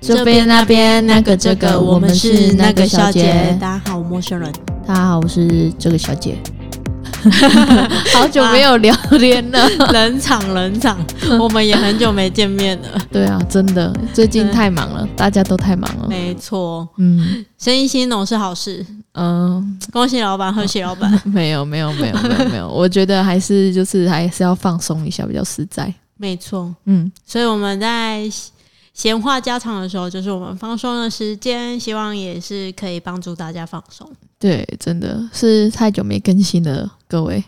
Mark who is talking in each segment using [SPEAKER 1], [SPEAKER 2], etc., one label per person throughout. [SPEAKER 1] 这边那边那个这个，我们是那个小姐。
[SPEAKER 2] 大家好，我陌生人。
[SPEAKER 1] 大家好，我是这个小姐。好久没有聊天了，
[SPEAKER 2] 冷场冷场，我们也很久没见面了。
[SPEAKER 1] 对啊，真的，最近太忙了，大家都太忙了。
[SPEAKER 2] 没错，
[SPEAKER 1] 嗯
[SPEAKER 2] 生意兴隆是好事，
[SPEAKER 1] 嗯，
[SPEAKER 2] 恭喜老板，贺喜老 板。
[SPEAKER 1] 没有没有没有没有没有，我觉得还是就是还是要放松一下比较实在。
[SPEAKER 2] 没错，
[SPEAKER 1] 嗯，
[SPEAKER 2] 所以我们在闲话家常的时候，就是我们放松的时间，希望也是可以帮助大家放松。
[SPEAKER 1] 对，真的是太久没更新了，各 位。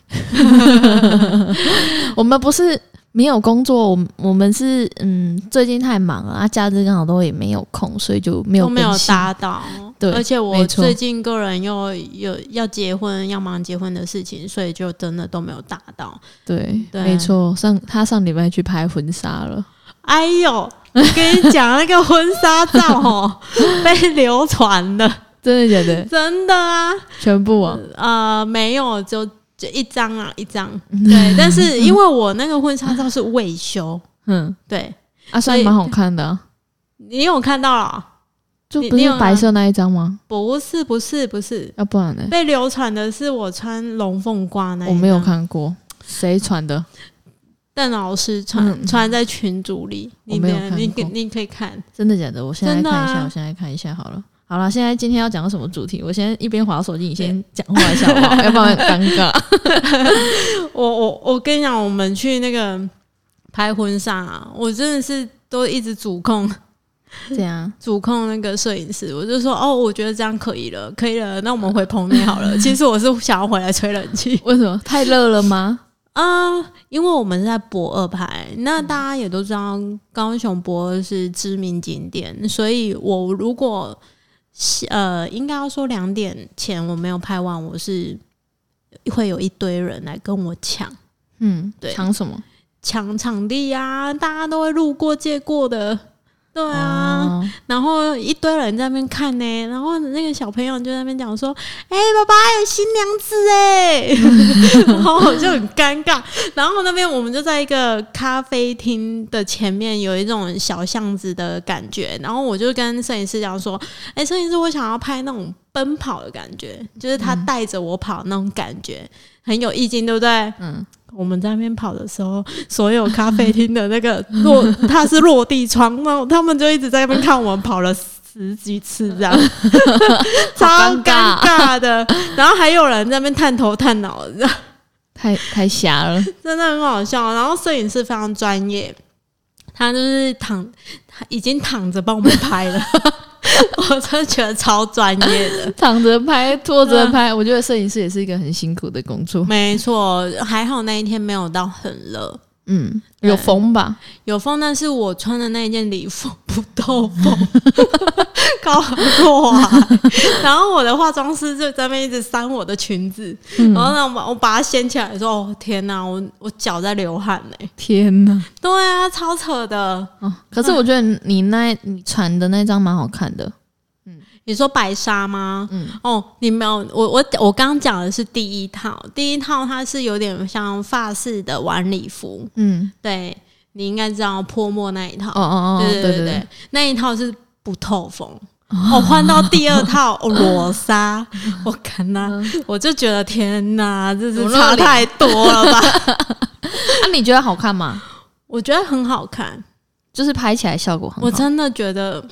[SPEAKER 1] 我们不是没有工作，我们我们是嗯，最近太忙了，啊，假日刚好都也没有空，所以就没有
[SPEAKER 2] 都没有
[SPEAKER 1] 更新
[SPEAKER 2] 搭到。
[SPEAKER 1] 对
[SPEAKER 2] 而且我
[SPEAKER 1] 没错
[SPEAKER 2] 最近个人又有要结婚，要忙结婚的事情，所以就真的都没有搭到。
[SPEAKER 1] 对，
[SPEAKER 2] 对
[SPEAKER 1] 没错，上他上礼拜去拍婚纱 了，
[SPEAKER 2] 哎呦，我跟你讲那个婚纱照 哦，被流传了，
[SPEAKER 1] 真的假的？
[SPEAKER 2] 真的啊，
[SPEAKER 1] 全部 啊，
[SPEAKER 2] 呃，没有就。就一张啊，一张。
[SPEAKER 1] 嗯
[SPEAKER 2] 对，但是因为我那个婚纱照是未修，
[SPEAKER 1] 嗯，
[SPEAKER 2] 对
[SPEAKER 1] 啊，
[SPEAKER 2] 所
[SPEAKER 1] 算
[SPEAKER 2] 以
[SPEAKER 1] 蛮好看的、啊，
[SPEAKER 2] 你有看到了哦？
[SPEAKER 1] 就
[SPEAKER 2] 你
[SPEAKER 1] 不
[SPEAKER 2] 你
[SPEAKER 1] 是
[SPEAKER 2] 有
[SPEAKER 1] 白色那一张吗？
[SPEAKER 2] 不是，不是，不是，
[SPEAKER 1] 要不然呢？
[SPEAKER 2] 被流传的是我穿龙凤褂那一
[SPEAKER 1] 我没有
[SPEAKER 2] 张
[SPEAKER 1] 看过，谁传的？
[SPEAKER 2] 邓老师传、
[SPEAKER 1] 嗯
[SPEAKER 2] 传在群组里，
[SPEAKER 1] 我
[SPEAKER 2] 你
[SPEAKER 1] 没有
[SPEAKER 2] 等下
[SPEAKER 1] 看
[SPEAKER 2] 你
[SPEAKER 1] 过
[SPEAKER 2] 可你可以看，
[SPEAKER 1] 真的假的？我现在看
[SPEAKER 2] 真的
[SPEAKER 1] 一
[SPEAKER 2] 啊
[SPEAKER 1] 下，我现在看一下好了。好了，现在今天要讲什么主题？我先一边划手机，你先讲话一下好不 好？要不然很尴尬。
[SPEAKER 2] 我我我跟你讲，我们去那个拍婚纱、啊，我真的是都一直主控
[SPEAKER 1] 这样，啊
[SPEAKER 2] 主控那个摄影师，我就说哦，我觉得这样可以了，可以了，那我们回棚内 好了。其实我是想要回来吹冷气
[SPEAKER 1] 为什么太热了吗？
[SPEAKER 2] 啊、因为我们是在博二拍，那大家也都知道高雄博二是知名景点，所以我如果呃，应该要说两点前我没有拍完，我是会有一堆人来跟我抢
[SPEAKER 1] 嗯，
[SPEAKER 2] 对
[SPEAKER 1] 抢什么？
[SPEAKER 2] 抢场地啊，大家都会路过借过的，对啊，
[SPEAKER 1] 哦
[SPEAKER 2] 然后一堆人在那边看呢、然后那个小朋友就在那边讲说：“哎、爸爸有新娘子哎、 然后我就很尴尬。然后那边我们就在一个咖啡厅的前面，有一种小巷子的感觉。然后我就跟摄影师讲说：“哎、摄影师，我想要拍那种奔跑的感觉，就是他带着我跑那种感觉，很有意境，对不对？”
[SPEAKER 1] 嗯，
[SPEAKER 2] 我们在那边跑的时候，所有咖啡厅的那个落，它是落地窗，然后 他们就一直在那边看我们跑了十几次这样，超
[SPEAKER 1] 好尴
[SPEAKER 2] 尴尬的。然后还有人在那边探头探脑，你知道
[SPEAKER 1] 太太瞎了。
[SPEAKER 2] 真的很好笑。然后摄影师非常专业，他就是躺，他已经躺着帮我们拍了， 我真的觉得超专业的。
[SPEAKER 1] 躺着拍，坐着拍，我觉得摄影师也是一个很辛苦的工作。
[SPEAKER 2] 没错，还好那一天没有到很热。
[SPEAKER 1] 嗯，有风吧？
[SPEAKER 2] 有风，但是我穿的那一件礼服不透风， 高过啊。然后我的化妆师就在那边一直扇我的裙子，然后呢，我把我把它掀起来说：“哦，天哪，我我脚在流汗呢、
[SPEAKER 1] 天哪！
[SPEAKER 2] 对啊，超扯的。
[SPEAKER 1] 哦，可是我觉得你那你传的那张蛮好看的。
[SPEAKER 2] 你说白纱吗？
[SPEAKER 1] 嗯
[SPEAKER 2] 哦，你没有，我我我刚刚讲的是第一套，第一套它是有点像法式的晚礼服，
[SPEAKER 1] 嗯，
[SPEAKER 2] 对你应该知道泼墨那一套。
[SPEAKER 1] 哦哦哦，
[SPEAKER 2] 对
[SPEAKER 1] 对
[SPEAKER 2] 对对，那一套是不透风。我换到第二 套哦裸纱，我看呐、我就觉得天哪，这
[SPEAKER 1] 嗯怎
[SPEAKER 2] 是
[SPEAKER 1] 么那么
[SPEAKER 2] 差太多了 吧？
[SPEAKER 1] 啊，你觉得好看吗？
[SPEAKER 2] 我觉得很好看，
[SPEAKER 1] 就是拍起来效果很好，
[SPEAKER 2] 我真的觉得，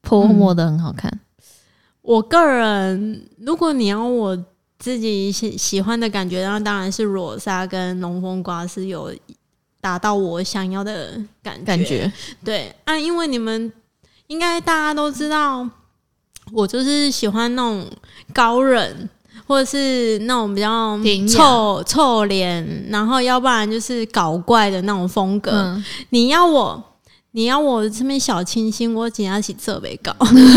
[SPEAKER 1] 泼墨的很好看。
[SPEAKER 2] 我个人如果你要我自己喜喜欢的感觉，那当然是裸纱跟龙凤瓜是有达到我想要的感觉。
[SPEAKER 1] 感觉
[SPEAKER 2] 对啊，因为你们应该大家都知道，我就是喜欢那种高冷，或者是那种比较
[SPEAKER 1] 典雅
[SPEAKER 2] 臭臭脸，然后要不然就是搞怪的那种风格。
[SPEAKER 1] 嗯，
[SPEAKER 2] 你要我，你要我这边小清新，我只要起设备搞。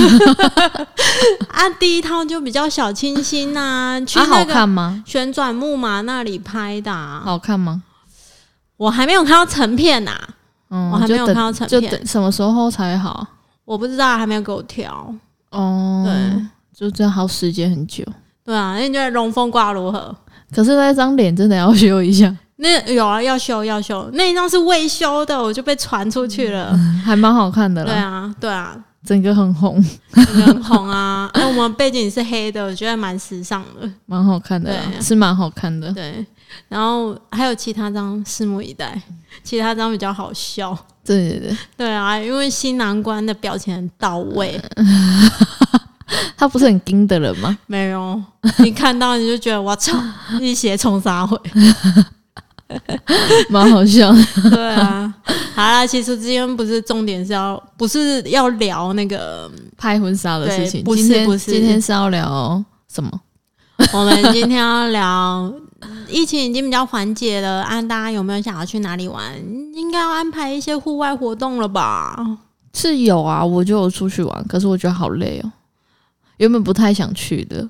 [SPEAKER 2] 啊，第一套就比较小清新啊，去
[SPEAKER 1] 啊，
[SPEAKER 2] 那
[SPEAKER 1] 好
[SPEAKER 2] 个
[SPEAKER 1] 看吗？
[SPEAKER 2] 旋转木马那里拍的、啊。
[SPEAKER 1] 好看吗？
[SPEAKER 2] 我还没有看到成片呐、
[SPEAKER 1] 嗯，
[SPEAKER 2] 我还没有
[SPEAKER 1] 就等
[SPEAKER 2] 看到成
[SPEAKER 1] 就
[SPEAKER 2] 片
[SPEAKER 1] 等什么时候才好？
[SPEAKER 2] 我不知道，还没有给我挑。
[SPEAKER 1] 哦，
[SPEAKER 2] 对，
[SPEAKER 1] 就这样耗时间很久。
[SPEAKER 2] 对啊，那你觉得龙凤褂如何？
[SPEAKER 1] 可是那张脸真的要修一下，
[SPEAKER 2] 那有啊，要修要修，那一张是未修的，我就被传出去了。
[SPEAKER 1] 还蛮好看的
[SPEAKER 2] 对
[SPEAKER 1] 啦，
[SPEAKER 2] 啊，对啊，
[SPEAKER 1] 整个很红，
[SPEAKER 2] 整个很红啊。 那我们背景是黑的，我觉得蛮时尚的。
[SPEAKER 1] 蛮好看的啦
[SPEAKER 2] 对，啊
[SPEAKER 1] 是蛮好看的。
[SPEAKER 2] 对，然后还有其他张，拭目以待。其他张比较好笑。
[SPEAKER 1] 对对对，
[SPEAKER 2] 对啊，因为新郎官的表情很到位，
[SPEAKER 1] 他不是很精的人吗？
[SPEAKER 2] 没有你看到你就觉得我操，一血冲杀回。
[SPEAKER 1] 蛮好笑的。
[SPEAKER 2] 对啊，好啦，其实今天不是重点是要，不是要聊那个，
[SPEAKER 1] 拍婚纱的事情，
[SPEAKER 2] 对不是
[SPEAKER 1] 今天
[SPEAKER 2] 不是
[SPEAKER 1] 今天是要聊什么？
[SPEAKER 2] 我们今天要聊疫情已经比较缓解了，啊，大家有没有想要去哪里玩？应该要安排一些户外活动了吧？
[SPEAKER 1] 是有啊，我就有出去玩，可是我觉得好累哦，原本不太想去的。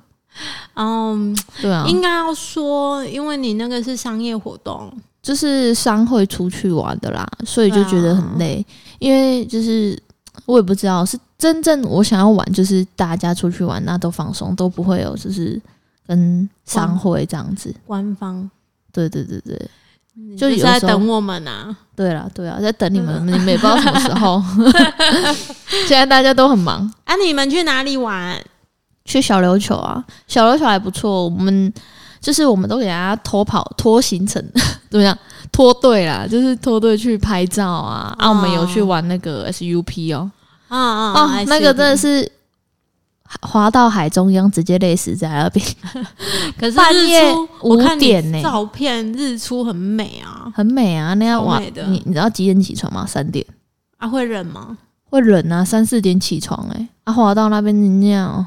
[SPEAKER 2] 嗯，
[SPEAKER 1] 对啊，
[SPEAKER 2] 应该要说，因为你那个是商业活动，
[SPEAKER 1] 就是商会出去玩的啦，所以就觉得很累，因为就是我也不知道是真正我想要玩，就是大家出去玩，那都放松，都不会有就是跟商会这样子。
[SPEAKER 2] 官方
[SPEAKER 1] 对对对对，
[SPEAKER 2] 你
[SPEAKER 1] 就
[SPEAKER 2] 就是
[SPEAKER 1] 有
[SPEAKER 2] 在
[SPEAKER 1] 时候
[SPEAKER 2] 等我们啊。
[SPEAKER 1] 对啦对啊，在等你们，你们也不知道什么时候。 现在大家都很忙，
[SPEAKER 2] 啊，你们去哪里玩？
[SPEAKER 1] 去小琉球啊，小琉球还不错，我们就是我们都给大家拖跑拖行程， 怎么样？拖队啦，就是拖队去拍照啊。啊，我们有
[SPEAKER 2] 哦
[SPEAKER 1] 去玩那个 SUP 哦，
[SPEAKER 2] 啊啊
[SPEAKER 1] 哦，那个真的
[SPEAKER 2] 是，
[SPEAKER 1] 是滑到海中央，直接累死在那边，
[SPEAKER 2] 可是
[SPEAKER 1] 半夜
[SPEAKER 2] 日出我
[SPEAKER 1] 五
[SPEAKER 2] 看
[SPEAKER 1] 点呢
[SPEAKER 2] 你照片日出很美啊，
[SPEAKER 1] 很美啊。那样
[SPEAKER 2] 好
[SPEAKER 1] 晚
[SPEAKER 2] 美的，
[SPEAKER 1] 你你知道几点起床吗？三点
[SPEAKER 2] 啊会冷吗？
[SPEAKER 1] 会冷啊，三四点起床哎、啊，滑到那边你那样哦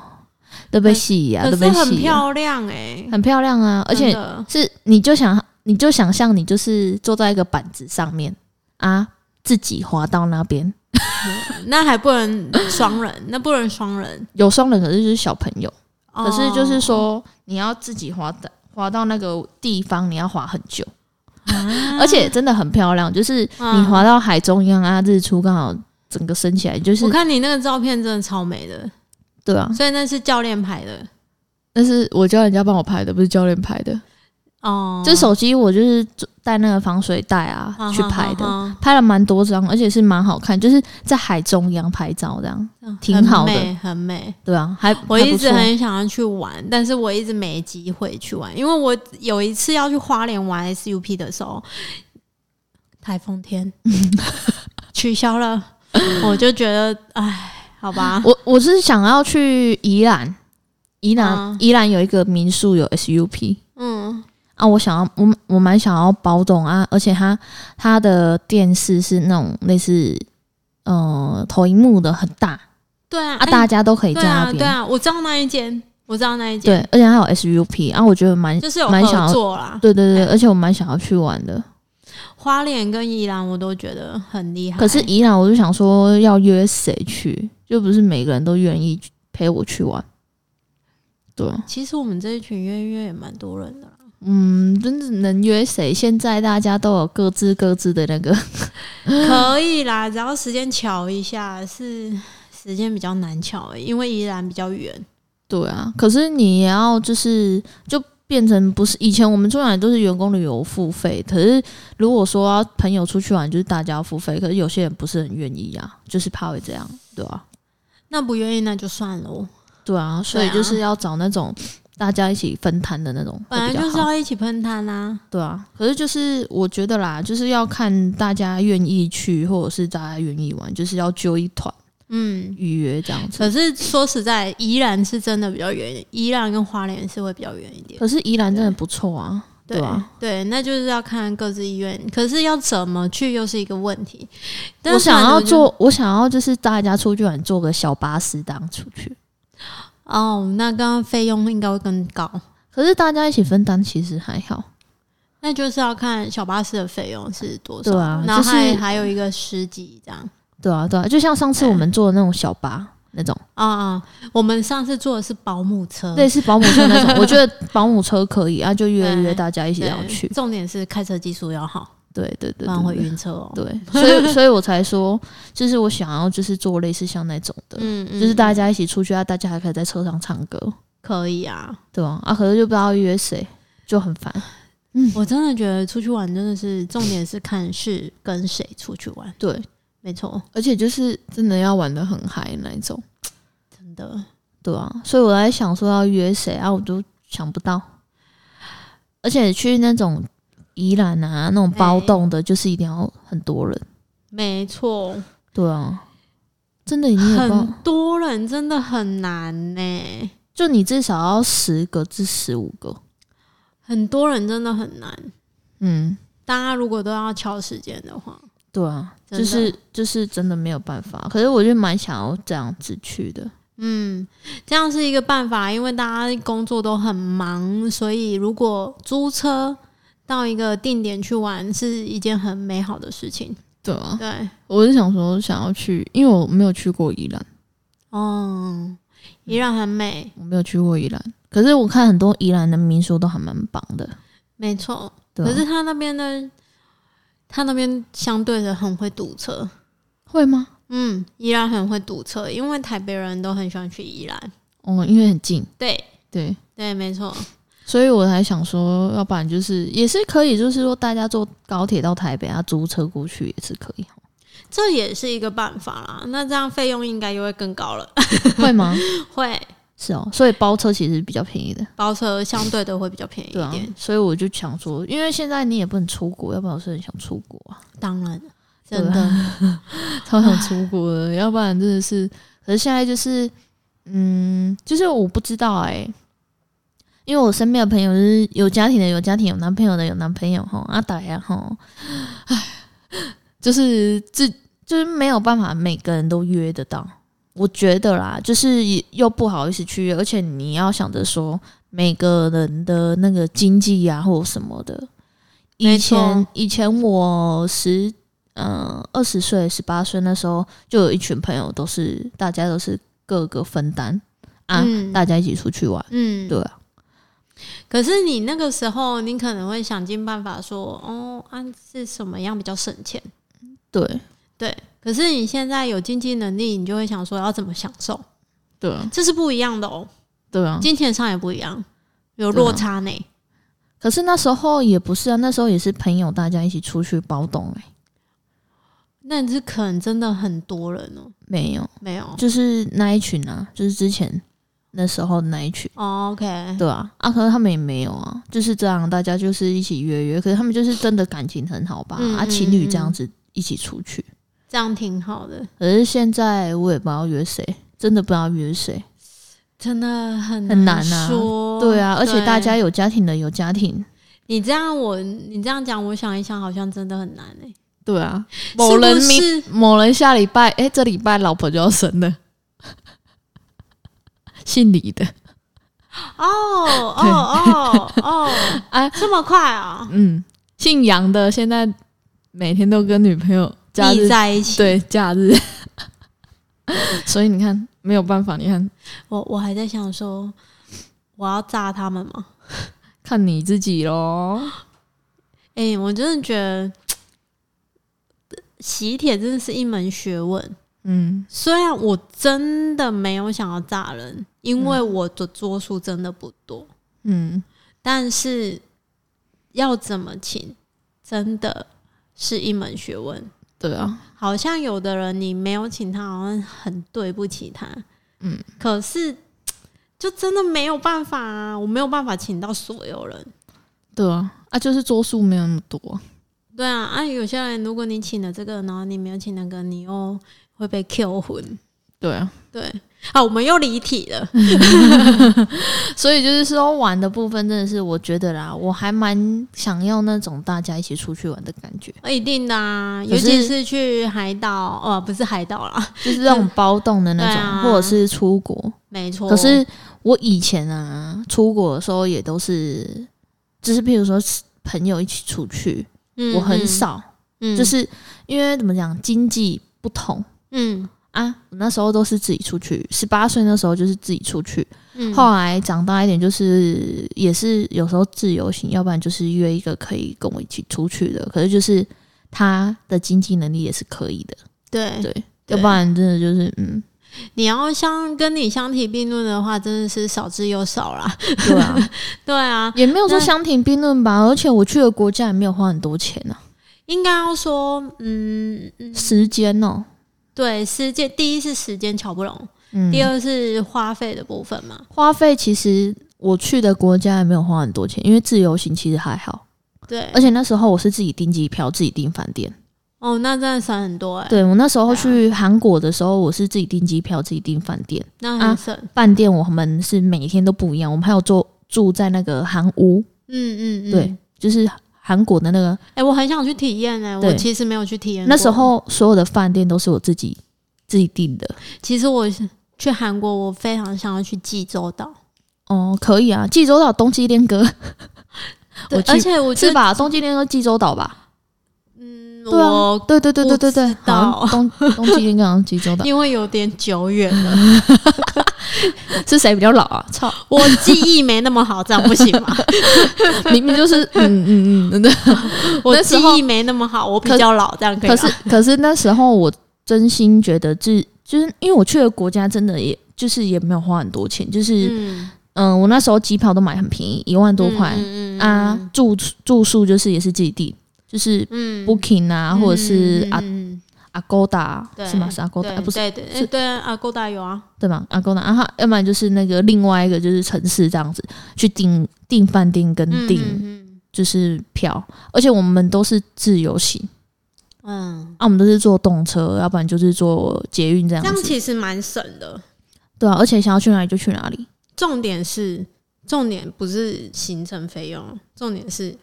[SPEAKER 1] 都被洗呀、
[SPEAKER 2] 可
[SPEAKER 1] 都
[SPEAKER 2] 是
[SPEAKER 1] 被
[SPEAKER 2] 很
[SPEAKER 1] 洗、啊，
[SPEAKER 2] 漂亮哎，
[SPEAKER 1] 很漂亮啊，而且
[SPEAKER 2] 真的
[SPEAKER 1] 是你就想你就想象你就是坐在一个板子上面啊，自己滑到那边。
[SPEAKER 2] 那还不能双人，那不能双人，
[SPEAKER 1] 有双人，可是就是小朋友，
[SPEAKER 2] 哦
[SPEAKER 1] 可是就是说你要自己滑的。滑到那个地方，你要滑很久，
[SPEAKER 2] 啊
[SPEAKER 1] 而且真的很漂亮。就是你
[SPEAKER 2] 嗯
[SPEAKER 1] 滑到海中央啊，日出刚好整个升起来，就是
[SPEAKER 2] 我看你那个照片真的超美的，
[SPEAKER 1] 对啊。
[SPEAKER 2] 所以那是教练拍的
[SPEAKER 1] 但是我叫人家帮我拍的，不是教练拍的。
[SPEAKER 2] 哦，
[SPEAKER 1] 就手机我就是带那个防水袋啊
[SPEAKER 2] 啊
[SPEAKER 1] 去拍的，
[SPEAKER 2] 啊
[SPEAKER 1] 拍了蛮多张，而且是蛮好看，就是在海中央拍照这样。
[SPEAKER 2] 啊啊
[SPEAKER 1] 挺好的
[SPEAKER 2] 很美，很美。
[SPEAKER 1] 对啊，还
[SPEAKER 2] 哦我
[SPEAKER 1] 还
[SPEAKER 2] 一
[SPEAKER 1] 不
[SPEAKER 2] 直
[SPEAKER 1] 错
[SPEAKER 2] 很想要去玩，但是我一直没机会去玩，因为我有一次要去花莲玩 SUP 的时候，台 风天取消了，我就觉得唉，好吧，
[SPEAKER 1] 我我是想要去宜兰，宜兰、
[SPEAKER 2] 嗯
[SPEAKER 1] 宜兰有一个民宿有 SUP
[SPEAKER 2] 嗯，
[SPEAKER 1] 啊，我想要我我蛮想要包栋啊，而且它它的电视是那种类似呃投影幕的很大
[SPEAKER 2] 对啊，
[SPEAKER 1] 啊，
[SPEAKER 2] 哎
[SPEAKER 1] 大家都可以在
[SPEAKER 2] 对
[SPEAKER 1] 那
[SPEAKER 2] 啊，
[SPEAKER 1] 边、
[SPEAKER 2] 对啊，我知道那一间，我知道那一间，
[SPEAKER 1] 对而且还有 SUP 啊，我觉得蛮
[SPEAKER 2] 就是有
[SPEAKER 1] 蛮想
[SPEAKER 2] 合
[SPEAKER 1] 要
[SPEAKER 2] 作啦。
[SPEAKER 1] 对对对，而且我蛮想要去玩的。
[SPEAKER 2] 花莲跟宜兰我都觉得很厉害，
[SPEAKER 1] 可是宜兰我就想说要约谁去，就不是每个人都愿意陪我去玩。对啊，
[SPEAKER 2] 其实我们这一群约约也蛮多人的啦。
[SPEAKER 1] 嗯，真的能约谁？现在大家都有各自各自的那 个，
[SPEAKER 2] 可以啦， 只要时间巧一下，是时间比较难巧、欸，因为宜兰比较远。
[SPEAKER 1] 对啊。可是你也要就是就变成不是以前我们出来都是员工旅游付费，可是如果说要朋友出去玩，就是大家要付费，可是有些人不是很愿意啊，就是怕会这样，对啊，
[SPEAKER 2] 那不愿意那就算了，
[SPEAKER 1] 对啊，所以
[SPEAKER 2] 对啊
[SPEAKER 1] 就是要找那种大家一起分摊的那种会
[SPEAKER 2] 本来
[SPEAKER 1] 比较
[SPEAKER 2] 就是
[SPEAKER 1] 好，
[SPEAKER 2] 要一起喷它啦。
[SPEAKER 1] 对啊。可是就是我觉得啦，就是要看大家愿意去，或者是大家愿意玩，就是要揪一团
[SPEAKER 2] 嗯，
[SPEAKER 1] 预约这样子。
[SPEAKER 2] 可是说实在，宜兰是真的比较远，宜兰跟花莲是会比较远一点。
[SPEAKER 1] 可是宜兰真的不错啊，对
[SPEAKER 2] 对
[SPEAKER 1] 吧？
[SPEAKER 2] 对，那就是要看各自意愿，可是要怎么去又是一个问题。但
[SPEAKER 1] 我想要
[SPEAKER 2] 反正就
[SPEAKER 1] 坐，我想要就是大家出去玩，坐个小巴士当出去。
[SPEAKER 2] 哦，那刚刚费用应该会更高。
[SPEAKER 1] 可是大家一起分担，其实还好。
[SPEAKER 2] 那就是要看小巴士的费用是多少，
[SPEAKER 1] 对啊
[SPEAKER 2] 然后还、
[SPEAKER 1] 就是
[SPEAKER 2] 还有一个十几这样。
[SPEAKER 1] 对啊，对啊，就像上次我们坐的那种小巴那种，
[SPEAKER 2] 啊啊！我们上次坐的是保姆车，
[SPEAKER 1] 类似保姆车 那种，我觉得保姆车可以啊，就约
[SPEAKER 2] 对
[SPEAKER 1] 约大家一起
[SPEAKER 2] 对，
[SPEAKER 1] 要去。
[SPEAKER 2] 重点是开车技术要好，
[SPEAKER 1] 对对对
[SPEAKER 2] 不然会
[SPEAKER 1] 对
[SPEAKER 2] 晕车哦。
[SPEAKER 1] 对，对所以所以我才说，就是我想要就是做类似像那种的，
[SPEAKER 2] 嗯，嗯
[SPEAKER 1] 就是大家一起出去啊，大家还可以在车上唱歌，
[SPEAKER 2] 可以啊。
[SPEAKER 1] 对啊，啊，可是就不知道约谁，就很烦。嗯，
[SPEAKER 2] 我真的觉得出去玩真的是重点是看是跟谁出去玩，
[SPEAKER 1] 对，
[SPEAKER 2] 没错，
[SPEAKER 1] 而且就是真的要玩的很嗨那一种，
[SPEAKER 2] 真的。
[SPEAKER 1] 对啊，所以我在想说要约谁啊，我都想不到，而且去那种宜兰啊那种包栋的，就是一定要很多人，
[SPEAKER 2] 没错，
[SPEAKER 1] 对啊，真的你也不知道
[SPEAKER 2] 很多人真的很难呢、
[SPEAKER 1] 就你至少要十个至十五个，
[SPEAKER 2] 很多人真的很难。
[SPEAKER 1] 嗯，
[SPEAKER 2] 大家如果都要敲时间的话，
[SPEAKER 1] 对啊，
[SPEAKER 2] 真
[SPEAKER 1] 就
[SPEAKER 2] 的
[SPEAKER 1] 是就是真的没有办法。可是我就蛮想要这样子去的，
[SPEAKER 2] 嗯，这样是一个办法，因为大家工作都很忙，所以如果租车到一个定点去玩是一件很美好的事情。
[SPEAKER 1] 对啊，
[SPEAKER 2] 对，
[SPEAKER 1] 我是想说想要去，因为我没有去过宜兰，
[SPEAKER 2] 哦，依然很美，
[SPEAKER 1] 我没有去过宜兰，可是我看很多宜兰的民宿都还蛮棒的，
[SPEAKER 2] 没错。
[SPEAKER 1] 对啊、
[SPEAKER 2] 可是他那边的，他那边相对的很会堵车。
[SPEAKER 1] 会吗？
[SPEAKER 2] 嗯，宜兰很会堵车，因为台北人都很喜欢去宜兰。
[SPEAKER 1] 哦，因为很近，
[SPEAKER 2] 对
[SPEAKER 1] 对，
[SPEAKER 2] 对，没错。
[SPEAKER 1] 所以我才想说，要不然就是也是可以，就是说大家坐高铁到台北啊，租车过去也是可以，
[SPEAKER 2] 这也是一个办法啦，那这样费用应该又会更高了。
[SPEAKER 1] 会吗？
[SPEAKER 2] 会
[SPEAKER 1] 是哦，所以包车其实比较便宜的，
[SPEAKER 2] 包车相对的会比较便宜
[SPEAKER 1] 对
[SPEAKER 2] 一
[SPEAKER 1] 啊
[SPEAKER 2] 点，，
[SPEAKER 1] 所以我就想说，因为现在你也不能出国，要不然我是很想出国啊，
[SPEAKER 2] 当然
[SPEAKER 1] 对啊
[SPEAKER 2] 真的，
[SPEAKER 1] 超想出国的，要不然真的是，可是现在就是，嗯，就是我不知道哎、因为我身边的朋友就是有家庭的有家庭，有男朋友的有男朋友哈，阿达呀哈，唉，就是这就是没有办法每个人都约得到，我觉得啦，就是也又不好意思去约，而且你要想着说每个人的那个经济呀、或什么的。以
[SPEAKER 2] 没错
[SPEAKER 1] 前以前我十嗯二十岁十八岁那时候，就有一群朋友都是大家都是各个分担啊，
[SPEAKER 2] 嗯
[SPEAKER 1] 大家一起出去玩，
[SPEAKER 2] 嗯，
[SPEAKER 1] 对啊，
[SPEAKER 2] 可是你那个时候，你可能会想尽办法说，哦，啊是什么样比较省钱？
[SPEAKER 1] 对
[SPEAKER 2] 对，可是你现在有经济能力，你就会想说要怎么享受，
[SPEAKER 1] 对啊
[SPEAKER 2] 这是不一样的哦，
[SPEAKER 1] 对啊。
[SPEAKER 2] 金钱上也不一样，有落差呢。
[SPEAKER 1] 可是那时候也不是啊，那时候也是朋友大家一起出去包栋哎、
[SPEAKER 2] 那你是可能真的很多人哦，
[SPEAKER 1] 没有，
[SPEAKER 2] 没有
[SPEAKER 1] 就是那一群啊，就是之前那时候的那一群。
[SPEAKER 2] 哦，OK，
[SPEAKER 1] 对啊，啊，可是他们也没有啊，就是这样，大家就是一起约约，可是他们就是真的感情很好吧？
[SPEAKER 2] 嗯
[SPEAKER 1] 啊，
[SPEAKER 2] 嗯
[SPEAKER 1] 情侣这
[SPEAKER 2] 嗯
[SPEAKER 1] 样子一起出去，
[SPEAKER 2] 这样挺好的，
[SPEAKER 1] 可是现在我也不知道约谁，真的不知道约谁。
[SPEAKER 2] 真的很
[SPEAKER 1] 很
[SPEAKER 2] 难
[SPEAKER 1] 难啊
[SPEAKER 2] 说。
[SPEAKER 1] 对啊，而且
[SPEAKER 2] 哦对
[SPEAKER 1] 大家有家庭的有家庭。
[SPEAKER 2] 你这样我你这样讲，我想一想，好像真的很难欸诶、
[SPEAKER 1] 对啊，
[SPEAKER 2] 某
[SPEAKER 1] 某
[SPEAKER 2] 人
[SPEAKER 1] 人
[SPEAKER 2] 明
[SPEAKER 1] 某人下礼拜，哎、这礼拜老婆就要生了， 姓李的，
[SPEAKER 2] 哦哦哦 哦，
[SPEAKER 1] 哎
[SPEAKER 2] 这么快啊、
[SPEAKER 1] 嗯，姓杨的，现在每天都跟女朋友假
[SPEAKER 2] 腻
[SPEAKER 1] 日
[SPEAKER 2] 在一起，
[SPEAKER 1] 对假日， 所以你看没有办法，你看
[SPEAKER 2] 我我还在想说，我要炸他们吗？
[SPEAKER 1] 看你自己喽。
[SPEAKER 2] 诶，哎我真的觉得呃喜帖真的是一门学问。
[SPEAKER 1] 嗯，
[SPEAKER 2] 虽然我真的没有想要炸人，因为我的桌数真的不多，
[SPEAKER 1] 嗯，
[SPEAKER 2] 但是要怎么请，真的是一门学问。
[SPEAKER 1] 对啊，
[SPEAKER 2] 好像有的人你没有请他，好像很对不起他。
[SPEAKER 1] 嗯，
[SPEAKER 2] 可是就真的没有办法啊，我没有办法请到所有人。
[SPEAKER 1] 对啊，啊，就是桌数没有那么多，
[SPEAKER 2] 对啊，啊，有些人如果你请了这个，然后你没有请那个，你又会被 Q 魂。
[SPEAKER 1] 对啊，
[SPEAKER 2] 对，啊，我们又离题了。
[SPEAKER 1] 所以就是说玩的部分真的是，我觉得啦，我还蛮想要那种大家一起出去玩的感觉，
[SPEAKER 2] 一定的啊，尤
[SPEAKER 1] 可是
[SPEAKER 2] 其是去海岛，哦，不是海岛啦，
[SPEAKER 1] 就是那种包栋的那种，
[SPEAKER 2] 嗯对啊哦
[SPEAKER 1] 或者是出国。
[SPEAKER 2] 没错。
[SPEAKER 1] 可是我以前啊，出国的时候也都是，就是譬如说朋友一起出去，
[SPEAKER 2] 嗯
[SPEAKER 1] 我很，少，
[SPEAKER 2] 嗯嗯
[SPEAKER 1] 就是因为怎么讲，经济不同。
[SPEAKER 2] 嗯
[SPEAKER 1] 啊，我那时候都是自己出去，十八岁那时候就是自己出去，
[SPEAKER 2] 嗯，
[SPEAKER 1] 后来长大一点，就是也是有时候自由行，要不然就是约一个可以跟我一起出去的，可是就是他的经济能力也是可以的，
[SPEAKER 2] 对
[SPEAKER 1] 对，
[SPEAKER 2] 对
[SPEAKER 1] 要不然真的就是嗯，
[SPEAKER 2] 你要相跟你相提并论的话，真的是少之又少啦。
[SPEAKER 1] 对啊，
[SPEAKER 2] 对啊，
[SPEAKER 1] 也没有说
[SPEAKER 2] 那
[SPEAKER 1] 相提并论吧。而且我去的国家也没有花很多钱啊，
[SPEAKER 2] 应该要说，嗯，嗯
[SPEAKER 1] 时间哦、
[SPEAKER 2] 对，时间第一是时间瞧不拢，
[SPEAKER 1] 嗯，
[SPEAKER 2] 第二是花费的部分嘛。
[SPEAKER 1] 花费其实我去的国家也没有花很多钱，因为自由行其实还好。
[SPEAKER 2] 对
[SPEAKER 1] 而，且那时候我是自己订机票，自己订饭店。
[SPEAKER 2] 哦，那真的省很多哎、
[SPEAKER 1] 对我那时候去韩国的时候，我是自己订机票，自己订饭店。
[SPEAKER 2] 那
[SPEAKER 1] 啊
[SPEAKER 2] 很省。
[SPEAKER 1] 饭店我们是每天都不一样，我们还有住住在那个韩屋，
[SPEAKER 2] 嗯嗯嗯，
[SPEAKER 1] 对。就是韩国的那个。
[SPEAKER 2] 哎、我很想去体验哎、我
[SPEAKER 1] 对
[SPEAKER 2] 其实没有去体验。
[SPEAKER 1] 那时，候所有的饭店都是我自己自己订的。
[SPEAKER 2] 其实我是去韩国，我非常想要去济州岛，
[SPEAKER 1] 哦，可以啊，济州岛、东京恋歌
[SPEAKER 2] 对
[SPEAKER 1] 我，去
[SPEAKER 2] 而且我觉
[SPEAKER 1] 是
[SPEAKER 2] 得，
[SPEAKER 1] 吧？东京恋歌济州岛吧？
[SPEAKER 2] 嗯，
[SPEAKER 1] 对啊
[SPEAKER 2] 我
[SPEAKER 1] 对对对对对对，
[SPEAKER 2] 不知道
[SPEAKER 1] 好像东东京恋歌好像济州岛
[SPEAKER 2] 因为有点久远了，
[SPEAKER 1] 是谁比较老 啊？ 操，
[SPEAKER 2] 我记忆没那么好，这样不行吗？
[SPEAKER 1] 明明 就是嗯嗯嗯对。
[SPEAKER 2] 我
[SPEAKER 1] 那
[SPEAKER 2] 记
[SPEAKER 1] 时候
[SPEAKER 2] 忆没那么好，我比
[SPEAKER 1] 可
[SPEAKER 2] 较老，这样可以
[SPEAKER 1] 可
[SPEAKER 2] 吗？
[SPEAKER 1] 是可是那时候我真心觉得自，就是因为我去的国家真的也就是也没有花很多钱，就是
[SPEAKER 2] 嗯，
[SPEAKER 1] 嗯、我那时候机票都买很便宜，一万多块、
[SPEAKER 2] 嗯嗯嗯
[SPEAKER 1] 啊，住住宿就是也是自己订，就是
[SPEAKER 2] 嗯
[SPEAKER 1] Booking 啊，或者是
[SPEAKER 2] 啊
[SPEAKER 1] 啊，Agoda
[SPEAKER 2] 对
[SPEAKER 1] 是吗？是 Agoda
[SPEAKER 2] 对
[SPEAKER 1] 啊不是
[SPEAKER 2] 对对
[SPEAKER 1] 是
[SPEAKER 2] 哎对啊，够大有啊，
[SPEAKER 1] 对吧？Agoda 啊哈，要不然就是那个另外一个就是城市这样子去订订饭店跟
[SPEAKER 2] 嗯
[SPEAKER 1] 订、
[SPEAKER 2] 嗯
[SPEAKER 1] 就是票，而且我们都是自由行。
[SPEAKER 2] 嗯，嗯
[SPEAKER 1] 啊，我们都是坐动车，要不然就是坐捷运这样
[SPEAKER 2] 这
[SPEAKER 1] 子。
[SPEAKER 2] 样其实蛮省的。
[SPEAKER 1] 对啊，而且想要去哪里就去哪里。
[SPEAKER 2] 重点是，重点不是行程费用，重点是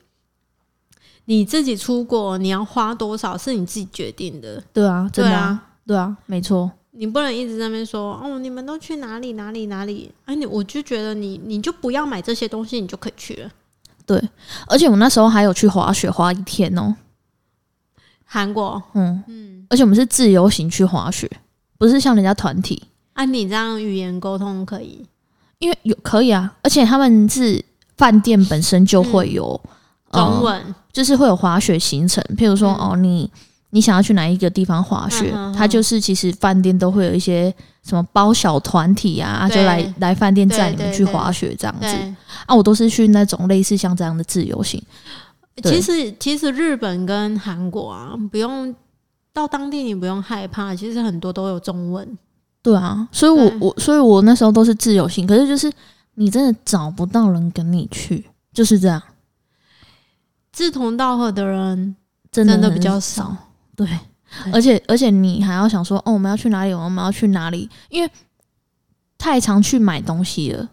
[SPEAKER 2] 你自己出国，你要花多少是你自己决定的。
[SPEAKER 1] 对啊，真
[SPEAKER 2] 对
[SPEAKER 1] 的
[SPEAKER 2] 啊，
[SPEAKER 1] 对啊，没错。
[SPEAKER 2] 你不能一直在那边说哦，你们都去哪里哪里哪里？哎、你我就觉得你你就不要买这些东西，你就可以去了。
[SPEAKER 1] 而且我那时候还有去滑雪，滑一天哦。
[SPEAKER 2] 韩国，
[SPEAKER 1] 嗯，
[SPEAKER 2] 嗯，
[SPEAKER 1] 而且我们是自由行去滑雪，不是像人家团体，
[SPEAKER 2] 按、啊你这样语言沟通可以，
[SPEAKER 1] 因为有可以啊。而且他们是饭店本身就
[SPEAKER 2] 嗯
[SPEAKER 1] 会有、呃
[SPEAKER 2] 中文、
[SPEAKER 1] 就是会有滑雪行程，譬如说、
[SPEAKER 2] 嗯
[SPEAKER 1] 哦，你你想要去哪一个地方滑雪，
[SPEAKER 2] 嗯嗯嗯
[SPEAKER 1] 它就是其实饭店都会有一些什么包小团体啊，就
[SPEAKER 2] 对
[SPEAKER 1] 来来饭店
[SPEAKER 2] 对
[SPEAKER 1] 载你们
[SPEAKER 2] 对
[SPEAKER 1] 去
[SPEAKER 2] 对
[SPEAKER 1] 滑雪这样子。
[SPEAKER 2] 对。
[SPEAKER 1] 啊，我都是去那种类似像这样的自由行。对
[SPEAKER 2] 其实其实日本跟韩国啊，不用到当地你不用害怕，其实很多都有中文。
[SPEAKER 1] 对啊，所以我
[SPEAKER 2] 对
[SPEAKER 1] 我所以我那时候都是自由行，可是就是你真的找不到人跟你去，就是这样，
[SPEAKER 2] 志同道合的人
[SPEAKER 1] 真的
[SPEAKER 2] 真的
[SPEAKER 1] 很
[SPEAKER 2] 比较
[SPEAKER 1] 少
[SPEAKER 2] 少。
[SPEAKER 1] 对，而且而且你还要想说，哦，我们要去哪里？我们要去哪里？因为太常去买东西了。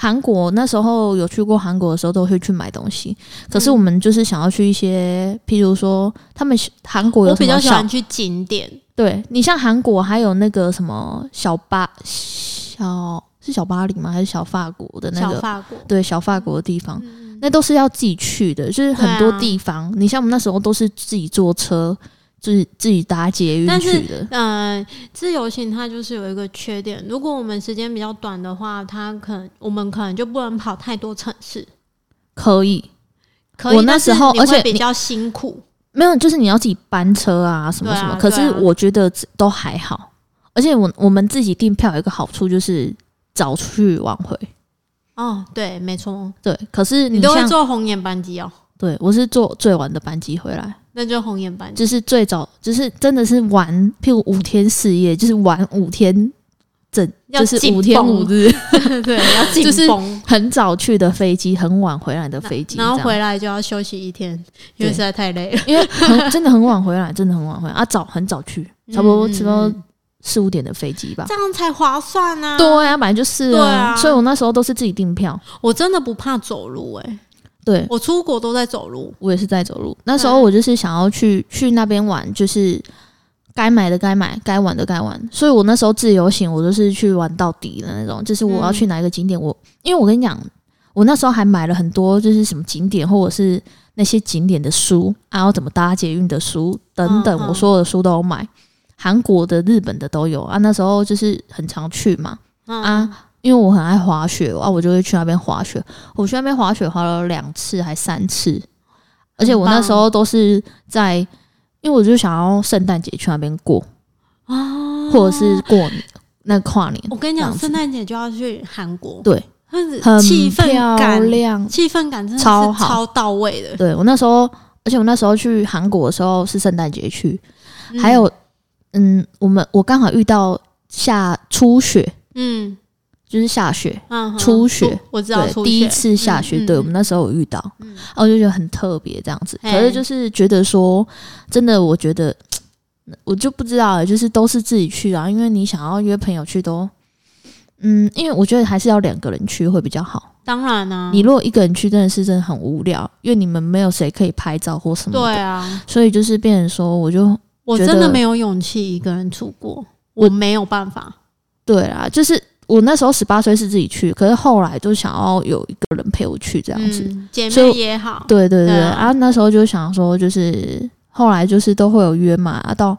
[SPEAKER 1] 韩国那时候有去过韩国的时候，都会去买东西。可是
[SPEAKER 2] 嗯
[SPEAKER 1] 我们就是想要去一些，譬如说他们韩国有
[SPEAKER 2] 我
[SPEAKER 1] 什
[SPEAKER 2] 比
[SPEAKER 1] 么
[SPEAKER 2] 较喜
[SPEAKER 1] 小
[SPEAKER 2] 欢去景点，
[SPEAKER 1] 对你像韩国还有那个什么小巴小是小巴黎吗？还是小法国的那
[SPEAKER 2] 小
[SPEAKER 1] 个？
[SPEAKER 2] 法国。
[SPEAKER 1] 对，小法国的地方，
[SPEAKER 2] 嗯
[SPEAKER 1] 那都是要自己去的，就是很多
[SPEAKER 2] 对啊
[SPEAKER 1] 地方。你像我们那时候都是自己坐车，自己自己搭捷运
[SPEAKER 2] 但是
[SPEAKER 1] 去的。
[SPEAKER 2] 呃，自由行它就是有一个缺点，如果我们时间比较短的话，它可能我们可能就不能跑太多城市。
[SPEAKER 1] 可以，
[SPEAKER 2] 可以，
[SPEAKER 1] 我那
[SPEAKER 2] 但是
[SPEAKER 1] 时候
[SPEAKER 2] 你会
[SPEAKER 1] 而且
[SPEAKER 2] 比
[SPEAKER 1] 你
[SPEAKER 2] 较辛苦，
[SPEAKER 1] 没有，就是你要自己班车啊，什么
[SPEAKER 2] 对啊
[SPEAKER 1] 什么。
[SPEAKER 2] 对
[SPEAKER 1] 可是
[SPEAKER 2] 啊
[SPEAKER 1] 我觉得都还好，而且我我们自己订票有一个好处就是早去晚回。
[SPEAKER 2] 哦，对，没错，
[SPEAKER 1] 对，可是
[SPEAKER 2] 你都
[SPEAKER 1] 嗯
[SPEAKER 2] 会
[SPEAKER 1] 像
[SPEAKER 2] 坐红眼班机哦，
[SPEAKER 1] 对我是坐最晚的班机回来。
[SPEAKER 2] 那就红眼班机。
[SPEAKER 1] 就是最早，就是真的是玩，譬如五天四夜，就是玩五天整，
[SPEAKER 2] 要
[SPEAKER 1] 就是
[SPEAKER 2] 紧
[SPEAKER 1] 五天五日，
[SPEAKER 2] 对，要紧
[SPEAKER 1] 就是
[SPEAKER 2] 绷
[SPEAKER 1] 很早去的飞机，很晚回来的飞机，
[SPEAKER 2] 然后
[SPEAKER 1] 这样
[SPEAKER 2] 回来就要休息一天，因
[SPEAKER 1] 对
[SPEAKER 2] 为实在太 累了。
[SPEAKER 1] 因为很真的很晚回来，真的很晚回来啊，早很早去，差不多
[SPEAKER 2] 嗯
[SPEAKER 1] 差不多
[SPEAKER 2] 嗯
[SPEAKER 1] 四五点的飞机吧
[SPEAKER 2] 这。样才划算啊！
[SPEAKER 1] 对啊，本来就是
[SPEAKER 2] 对
[SPEAKER 1] 啊，
[SPEAKER 2] 啊
[SPEAKER 1] 所以我那时候都是自己订票，
[SPEAKER 2] 我真的不怕走路、欸，
[SPEAKER 1] 对
[SPEAKER 2] 我出国都在走路。
[SPEAKER 1] 我也是在走路。那时候我就是想要去去那边玩，就是该买的该买，该玩的该玩。所以我那时候自由行，我就是去玩到底的那种。就是我要去哪一个景点，我因为我跟你讲，我那时候还买了很多就是什么景点或者是那些景点的书，还、啊、有怎么搭捷运的书等等，
[SPEAKER 2] 嗯嗯
[SPEAKER 1] 我所有的书都有买，韩国的、日本的都有啊。那时候就是很常去嘛，
[SPEAKER 2] 嗯、
[SPEAKER 1] 啊因为我很爱滑雪啊，我就会去那边滑雪。我去那边滑雪滑了两次还三次，而且我那时候都是在，因为我就想要圣诞节去那边过，
[SPEAKER 2] 啊
[SPEAKER 1] 或者是过年那跨年
[SPEAKER 2] 我跟你
[SPEAKER 1] 这
[SPEAKER 2] 讲，
[SPEAKER 1] 样子
[SPEAKER 2] 圣诞节就要去韩国，
[SPEAKER 1] 对，
[SPEAKER 2] 那
[SPEAKER 1] 很
[SPEAKER 2] 气氛
[SPEAKER 1] 漂
[SPEAKER 2] 感，
[SPEAKER 1] 亮。
[SPEAKER 2] 气氛感真的是
[SPEAKER 1] 超好
[SPEAKER 2] 超到位的。
[SPEAKER 1] 对我那时候，而且我那时候去韩国的时候是圣诞节去，
[SPEAKER 2] 嗯
[SPEAKER 1] 还，有嗯，我们我刚好遇到下初雪，
[SPEAKER 2] 嗯
[SPEAKER 1] 就是下雪，
[SPEAKER 2] 嗯，嗯
[SPEAKER 1] 初雪
[SPEAKER 2] 初我知道初
[SPEAKER 1] 对，
[SPEAKER 2] 雪，
[SPEAKER 1] 第一次下雪，
[SPEAKER 2] 嗯
[SPEAKER 1] 对
[SPEAKER 2] 嗯
[SPEAKER 1] 我们那时候有遇到，
[SPEAKER 2] 嗯
[SPEAKER 1] 然后我就觉得很特别这样子。
[SPEAKER 2] 嘿
[SPEAKER 1] 可是就是觉得说，真的，我觉得我就不知道欸，就是都是自己去啊，因为你想要约朋友去都。嗯，因为我觉得还是要两个人去会比较好。
[SPEAKER 2] 当然啊，
[SPEAKER 1] 你如果一个人去，真的是真的很无聊，因为你们没有谁可以拍照或什么
[SPEAKER 2] 对
[SPEAKER 1] 的。
[SPEAKER 2] 啊，
[SPEAKER 1] 所以就是变成说，我就
[SPEAKER 2] 我
[SPEAKER 1] 觉
[SPEAKER 2] 真的
[SPEAKER 1] 得
[SPEAKER 2] 没有勇气一个人出国，我没有办法。
[SPEAKER 1] 对啊，就是我那时候十八岁是自己去，可是后来就想要有一个人陪我去这样子。
[SPEAKER 2] 嗯、姐
[SPEAKER 1] 所以
[SPEAKER 2] 妹
[SPEAKER 1] 我
[SPEAKER 2] 也好，
[SPEAKER 1] 对对对，
[SPEAKER 2] 对啊
[SPEAKER 1] 啊，那时候就想说，就是后来就是都会有约嘛，啊，到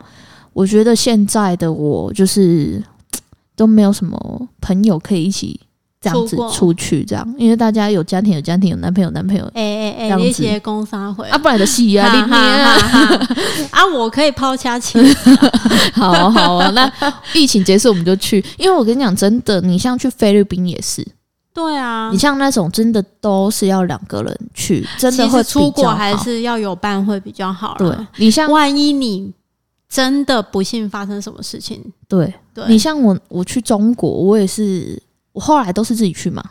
[SPEAKER 1] 我觉得现在的我就是都没有什么朋友可以一起这样子
[SPEAKER 2] 出国
[SPEAKER 1] 出去，这样，因为大家有家庭有家庭，有男朋友有男朋友
[SPEAKER 2] 哎哎
[SPEAKER 1] 这
[SPEAKER 2] 哎，
[SPEAKER 1] 样
[SPEAKER 2] 那
[SPEAKER 1] 子
[SPEAKER 2] 些工商会
[SPEAKER 1] 啊，，不然的戏啊， 你
[SPEAKER 2] 哈
[SPEAKER 1] 你
[SPEAKER 2] 哈哈哈 啊，我可以抛家弃
[SPEAKER 1] 好啊好啊，那疫情结束我们就去，因为我跟你讲，真的，你像去菲律宾也是，
[SPEAKER 2] 对啊
[SPEAKER 1] 你，像那种真的都是要两个人去，真的
[SPEAKER 2] 其
[SPEAKER 1] 会
[SPEAKER 2] 实
[SPEAKER 1] 比
[SPEAKER 2] 出国
[SPEAKER 1] 较
[SPEAKER 2] 还
[SPEAKER 1] 好
[SPEAKER 2] 是要有伴会比较好啦。啊
[SPEAKER 1] 对你像
[SPEAKER 2] 万一你真的不幸发生什么事情，
[SPEAKER 1] 对
[SPEAKER 2] 对，
[SPEAKER 1] 你像我，我去中国，我也是，我后来都是自己去嘛。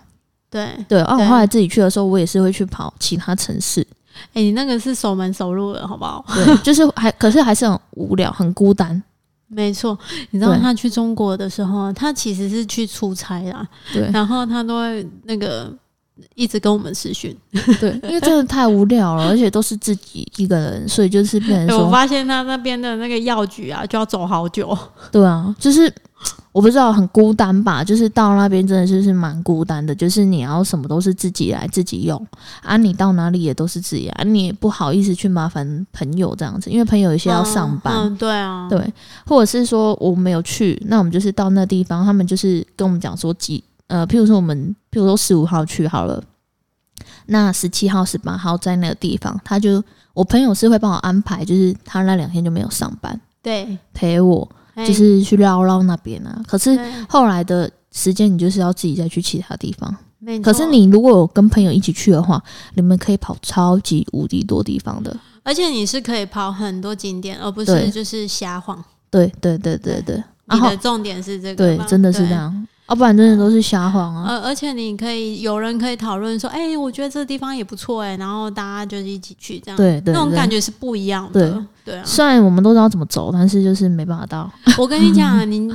[SPEAKER 2] 对，哎、
[SPEAKER 1] 对，啊，我
[SPEAKER 2] 对
[SPEAKER 1] 后来自己去的时候，我也是会去跑其他城市。
[SPEAKER 2] 哎你那个是熟门熟路了，好不好？
[SPEAKER 1] 对， 就是还，可是还是很无聊，很孤单。
[SPEAKER 2] 没错，你知道
[SPEAKER 1] 对
[SPEAKER 2] 他去中国的时候，他其实是去出差啦，
[SPEAKER 1] 对
[SPEAKER 2] 然后他都会那个一直跟我们视讯。
[SPEAKER 1] 对， 因为真的太无聊了，而且都是自己一个人，所以就是变
[SPEAKER 2] 哎
[SPEAKER 1] 成
[SPEAKER 2] 我
[SPEAKER 1] 说，
[SPEAKER 2] 发现他那边的那个药局啊，就要走好久。
[SPEAKER 1] 对啊，就是我不知道很孤单吧，就是到那边真的就是蛮孤单的，就是你要什么都是自己来自己用啊，你到哪里也都是自己啊，你也不好意思去麻烦朋友这样子，因为朋友有些要上班，
[SPEAKER 2] 嗯，嗯对啊，
[SPEAKER 1] 对，或者是说我们有去，那我们就是到那地方，他们就是跟我们讲说几呃，譬如说我们譬如说十五号去好了，那十七号、十八号在那个地方，他就我朋友是会帮我安排，就是他那两天就没有上班，
[SPEAKER 2] 对，
[SPEAKER 1] 陪我
[SPEAKER 2] 哎
[SPEAKER 1] 就是去绕绕那边啊。可是
[SPEAKER 2] 对
[SPEAKER 1] 后来的时间，你就是要自己再去其他地方。
[SPEAKER 2] 没
[SPEAKER 1] 可
[SPEAKER 2] 错
[SPEAKER 1] 是你如果有跟朋友一起去的话，你们可以跑超级无敌多地方的。
[SPEAKER 2] 而且你是可以跑很多景点，而不
[SPEAKER 1] 对
[SPEAKER 2] 是就是瞎晃。
[SPEAKER 1] 对对对对对，然
[SPEAKER 2] 你
[SPEAKER 1] 后
[SPEAKER 2] 的重点是这个
[SPEAKER 1] 对
[SPEAKER 2] 吧，，
[SPEAKER 1] 真的是这
[SPEAKER 2] 对。哦
[SPEAKER 1] 样，要、不然真的都是瞎晃啊。
[SPEAKER 2] 而而且你可以有人可以讨论说，哎、我觉得这个地方也不错哎、然后大家就是一起去这样，
[SPEAKER 1] 对对，
[SPEAKER 2] 哦那种
[SPEAKER 1] 对
[SPEAKER 2] 感。觉是不一样的。对啊，
[SPEAKER 1] 虽然我们都知道怎么走，但是就是没办法到。
[SPEAKER 2] 我跟你讲啊，你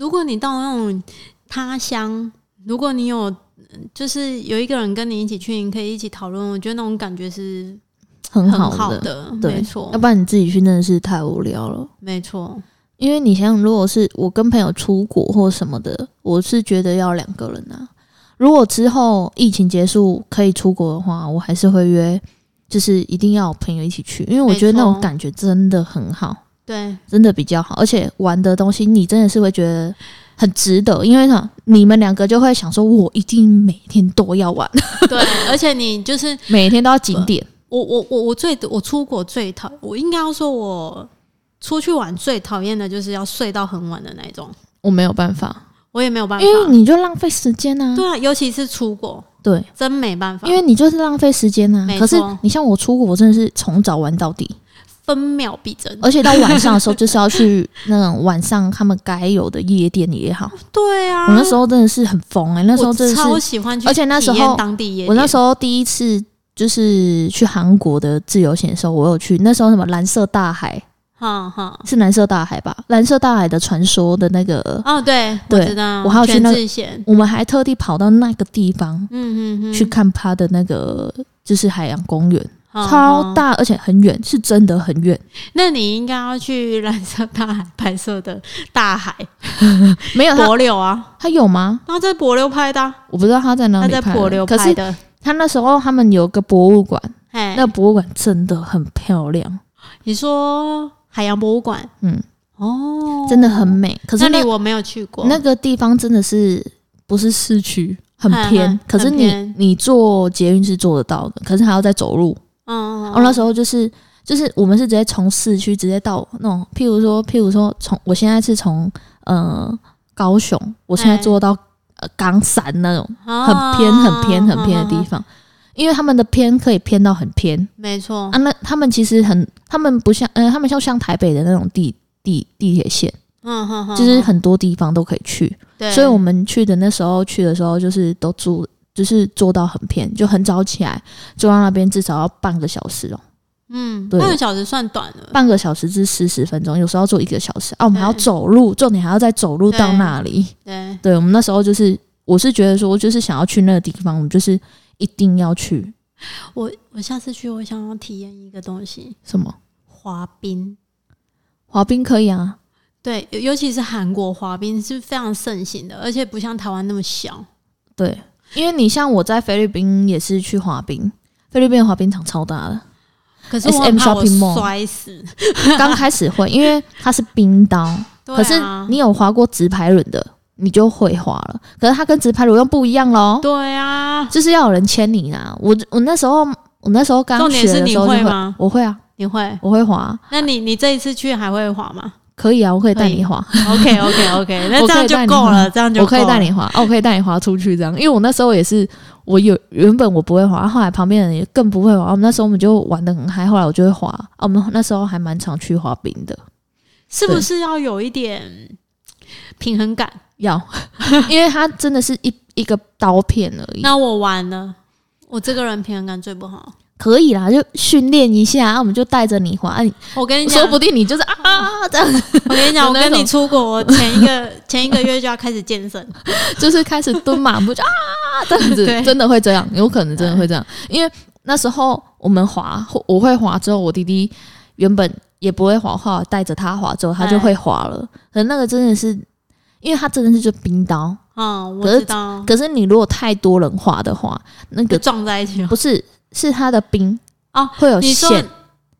[SPEAKER 2] 如果你到那种他乡，如果你有嗯就是有一个人跟你一起去，你可以一起讨论，我觉得那种感觉是
[SPEAKER 1] 很
[SPEAKER 2] 很
[SPEAKER 1] 好的，
[SPEAKER 2] 好的，
[SPEAKER 1] 对
[SPEAKER 2] 没错
[SPEAKER 1] 要，不然你自己去真的是太无聊了。
[SPEAKER 2] 没错，
[SPEAKER 1] 因为你想想，如果是我跟朋友出国或什么的，我是觉得要两个人啊。如果之后疫情结束可以出国的话，我还是会约，就是一定要有朋友一起去，因为我觉得那
[SPEAKER 2] 没错
[SPEAKER 1] 种感觉真的很好，
[SPEAKER 2] 对，
[SPEAKER 1] 真的比较好，而且玩的东西你真的是会觉得很值得，因为呢，你们两个就会想说，我一定每天都要玩，
[SPEAKER 2] 对，而且你就是
[SPEAKER 1] 每天都要景点。
[SPEAKER 2] 我我我我最我出国最讨，我应该要说我出去玩最讨厌的就是要睡到很晚的那一种，
[SPEAKER 1] 我没有办法，
[SPEAKER 2] 我也没有办法
[SPEAKER 1] 因。为你就浪费时间啊。
[SPEAKER 2] 对啊，尤其是出国，
[SPEAKER 1] 对，啊
[SPEAKER 2] 真没办法，
[SPEAKER 1] 因为你就是浪费时间啊
[SPEAKER 2] 没。
[SPEAKER 1] 可
[SPEAKER 2] 错
[SPEAKER 1] 是你像我出国，我真的是从早玩到底，
[SPEAKER 2] 分秒必争。
[SPEAKER 1] 而且到晚上的时候就是要去那种晚上他们该有的夜店也 好。
[SPEAKER 2] 对啊，
[SPEAKER 1] 我那时候真的是很疯哎、那时候
[SPEAKER 2] 我
[SPEAKER 1] 真的
[SPEAKER 2] 超
[SPEAKER 1] 是，
[SPEAKER 2] 喜欢去，
[SPEAKER 1] 而且那时候
[SPEAKER 2] 当地夜店，
[SPEAKER 1] 我那时候第一次就是去韩国的自由行的时候，我有去那时候什么蓝色大海
[SPEAKER 2] 哈哈，
[SPEAKER 1] 是蓝色大海吧？蓝色大海的传说的那个，
[SPEAKER 2] 哦，对，
[SPEAKER 1] 对
[SPEAKER 2] 我知道，
[SPEAKER 1] 我还有去
[SPEAKER 2] 全
[SPEAKER 1] 那个
[SPEAKER 2] 智贤，
[SPEAKER 1] 我们还特地跑到那个地方
[SPEAKER 2] 嗯嗯嗯，
[SPEAKER 1] 去看他的那个就是海洋公园。
[SPEAKER 2] 哈
[SPEAKER 1] 超。
[SPEAKER 2] 哈
[SPEAKER 1] 大，而且很远，是真的很远。
[SPEAKER 2] 那你应该要去蓝色大海白色的大海
[SPEAKER 1] 没有他，
[SPEAKER 2] 柏柳啊，
[SPEAKER 1] 他有吗？
[SPEAKER 2] 他在柏柳拍的啊，
[SPEAKER 1] 我不知道他在哪
[SPEAKER 2] 他
[SPEAKER 1] 里
[SPEAKER 2] 在
[SPEAKER 1] 拍
[SPEAKER 2] 柏柳
[SPEAKER 1] 的。可
[SPEAKER 2] 拍
[SPEAKER 1] 是
[SPEAKER 2] 的，
[SPEAKER 1] 他那时候他们有个博物馆，
[SPEAKER 2] 哎，
[SPEAKER 1] 那博物馆真的很漂亮，
[SPEAKER 2] 你说海洋博物馆
[SPEAKER 1] 嗯，
[SPEAKER 2] 哦，
[SPEAKER 1] 真的很美。可是
[SPEAKER 2] 那
[SPEAKER 1] 那
[SPEAKER 2] 里我没有去过。
[SPEAKER 1] 那个地方真的是不是市区，很
[SPEAKER 2] 嗯
[SPEAKER 1] 偏
[SPEAKER 2] 嗯。
[SPEAKER 1] 可是
[SPEAKER 2] 很
[SPEAKER 1] 你
[SPEAKER 2] 偏
[SPEAKER 1] 你坐捷运是做得到的，可是还要再走路。
[SPEAKER 2] 嗯，
[SPEAKER 1] 我哦那时候就是就是我们是直接从市区直接到那种，譬如说譬如说从我现在是从呃。高雄，我现在
[SPEAKER 2] 哎哦
[SPEAKER 1] 坐到呃冈山那种
[SPEAKER 2] 很
[SPEAKER 1] 很偏、很偏、很
[SPEAKER 2] 嗯
[SPEAKER 1] 偏的地，方，因为他们的偏可以偏到很偏
[SPEAKER 2] 没错
[SPEAKER 1] 啊。，那他们其实很，他们不像，呃，他们就像台北的那种地地地铁线，
[SPEAKER 2] 嗯哼哼，
[SPEAKER 1] 就是很多地方都可以去。
[SPEAKER 2] 对，
[SPEAKER 1] 所以我们去的那时候去的时候，就是都住，就是坐到很偏，就很早起来，坐到那边至少要半个小时哦、
[SPEAKER 2] 嗯，
[SPEAKER 1] 对
[SPEAKER 2] 半个小时算短了，
[SPEAKER 1] 半个小时至四十分钟，有时候要坐一个小时啊。我们还要
[SPEAKER 2] 对
[SPEAKER 1] 走路，重点还要再走路到
[SPEAKER 2] 对
[SPEAKER 1] 那里。
[SPEAKER 2] 嗯对，
[SPEAKER 1] 对，我们那时候就是，我是觉得说，就是想要去那个地方，我们就是一定要去
[SPEAKER 2] 我我下次去，我想要体验一个东西，
[SPEAKER 1] 什么
[SPEAKER 2] 滑冰。
[SPEAKER 1] 滑冰可以啊，
[SPEAKER 2] 对，尤尤其是韩国滑冰是非常盛行的，而且不像台湾那么小。
[SPEAKER 1] 对，因为你像我在菲律宾也是去滑冰，菲律宾的滑冰场超 大的，
[SPEAKER 2] 可是我
[SPEAKER 1] SM
[SPEAKER 2] 很怕我
[SPEAKER 1] shopping mall
[SPEAKER 2] 摔死。
[SPEAKER 1] 刚开始会，因为它是冰刀，
[SPEAKER 2] 对
[SPEAKER 1] 可是
[SPEAKER 2] 啊
[SPEAKER 1] 你有滑过直排轮的，你就会滑了，可是它跟直排轮又不一样喽，
[SPEAKER 2] 对啊，
[SPEAKER 1] 就是要有人牵你啊。我我那时候我那时候刚
[SPEAKER 2] 重点
[SPEAKER 1] 学
[SPEAKER 2] 是
[SPEAKER 1] 的
[SPEAKER 2] 你
[SPEAKER 1] 时候就
[SPEAKER 2] 会吗？
[SPEAKER 1] 我会啊，
[SPEAKER 2] 你会？
[SPEAKER 1] 我会滑，
[SPEAKER 2] 那你你这一次去还会滑吗
[SPEAKER 1] 可以啊，我可以带
[SPEAKER 2] 可以
[SPEAKER 1] 你滑。
[SPEAKER 2] ？OK OK OK，那
[SPEAKER 1] 我
[SPEAKER 2] 这
[SPEAKER 1] 可
[SPEAKER 2] 样
[SPEAKER 1] 以带
[SPEAKER 2] 就
[SPEAKER 1] 你
[SPEAKER 2] 够
[SPEAKER 1] 滑
[SPEAKER 2] 了，这样就
[SPEAKER 1] 我可以
[SPEAKER 2] 够
[SPEAKER 1] 带
[SPEAKER 2] 了
[SPEAKER 1] 你滑，哦，我可以带你滑出去这样，因为我那时候也是，我有原本我不会滑，后来旁边的人也更不会滑，我们哦那时候我们就玩的很嗨，后来我就会滑，啊，我们那时候还蛮常去滑冰的，
[SPEAKER 2] 是不
[SPEAKER 1] 对
[SPEAKER 2] 是要有一点平衡感？
[SPEAKER 1] 要， 因为它真的是一一个刀片而已，
[SPEAKER 2] 那我完了，我这个人平衡感最不好。
[SPEAKER 1] 可以啦，就训练一下，啊，我们就带着你滑，啊，你
[SPEAKER 2] 我跟你讲
[SPEAKER 1] 说，不定你就是啊啊啊这样，
[SPEAKER 2] 我跟你讲，我
[SPEAKER 1] 有那
[SPEAKER 2] 跟你
[SPEAKER 1] 种
[SPEAKER 2] 出国，我前一个前一个月就要开始健身。
[SPEAKER 1] 就是开始蹲马步就啊这样子
[SPEAKER 2] 对，
[SPEAKER 1] 真的会这样，有可能真的会这样，因为那时候我们滑，我我会滑之后，我弟弟原本也不会滑，后来带着他滑之后，他
[SPEAKER 2] 哎
[SPEAKER 1] 就会滑了。可是那个真的是，因为他真的是就冰刀，
[SPEAKER 2] 嗯，我
[SPEAKER 1] 可是
[SPEAKER 2] 知道，
[SPEAKER 1] 可是你如果太多人滑的话，那
[SPEAKER 2] 就
[SPEAKER 1] 个
[SPEAKER 2] 撞在一起了。
[SPEAKER 1] 不是是他的冰
[SPEAKER 2] 哦
[SPEAKER 1] 会有
[SPEAKER 2] 你说嗯
[SPEAKER 1] 线，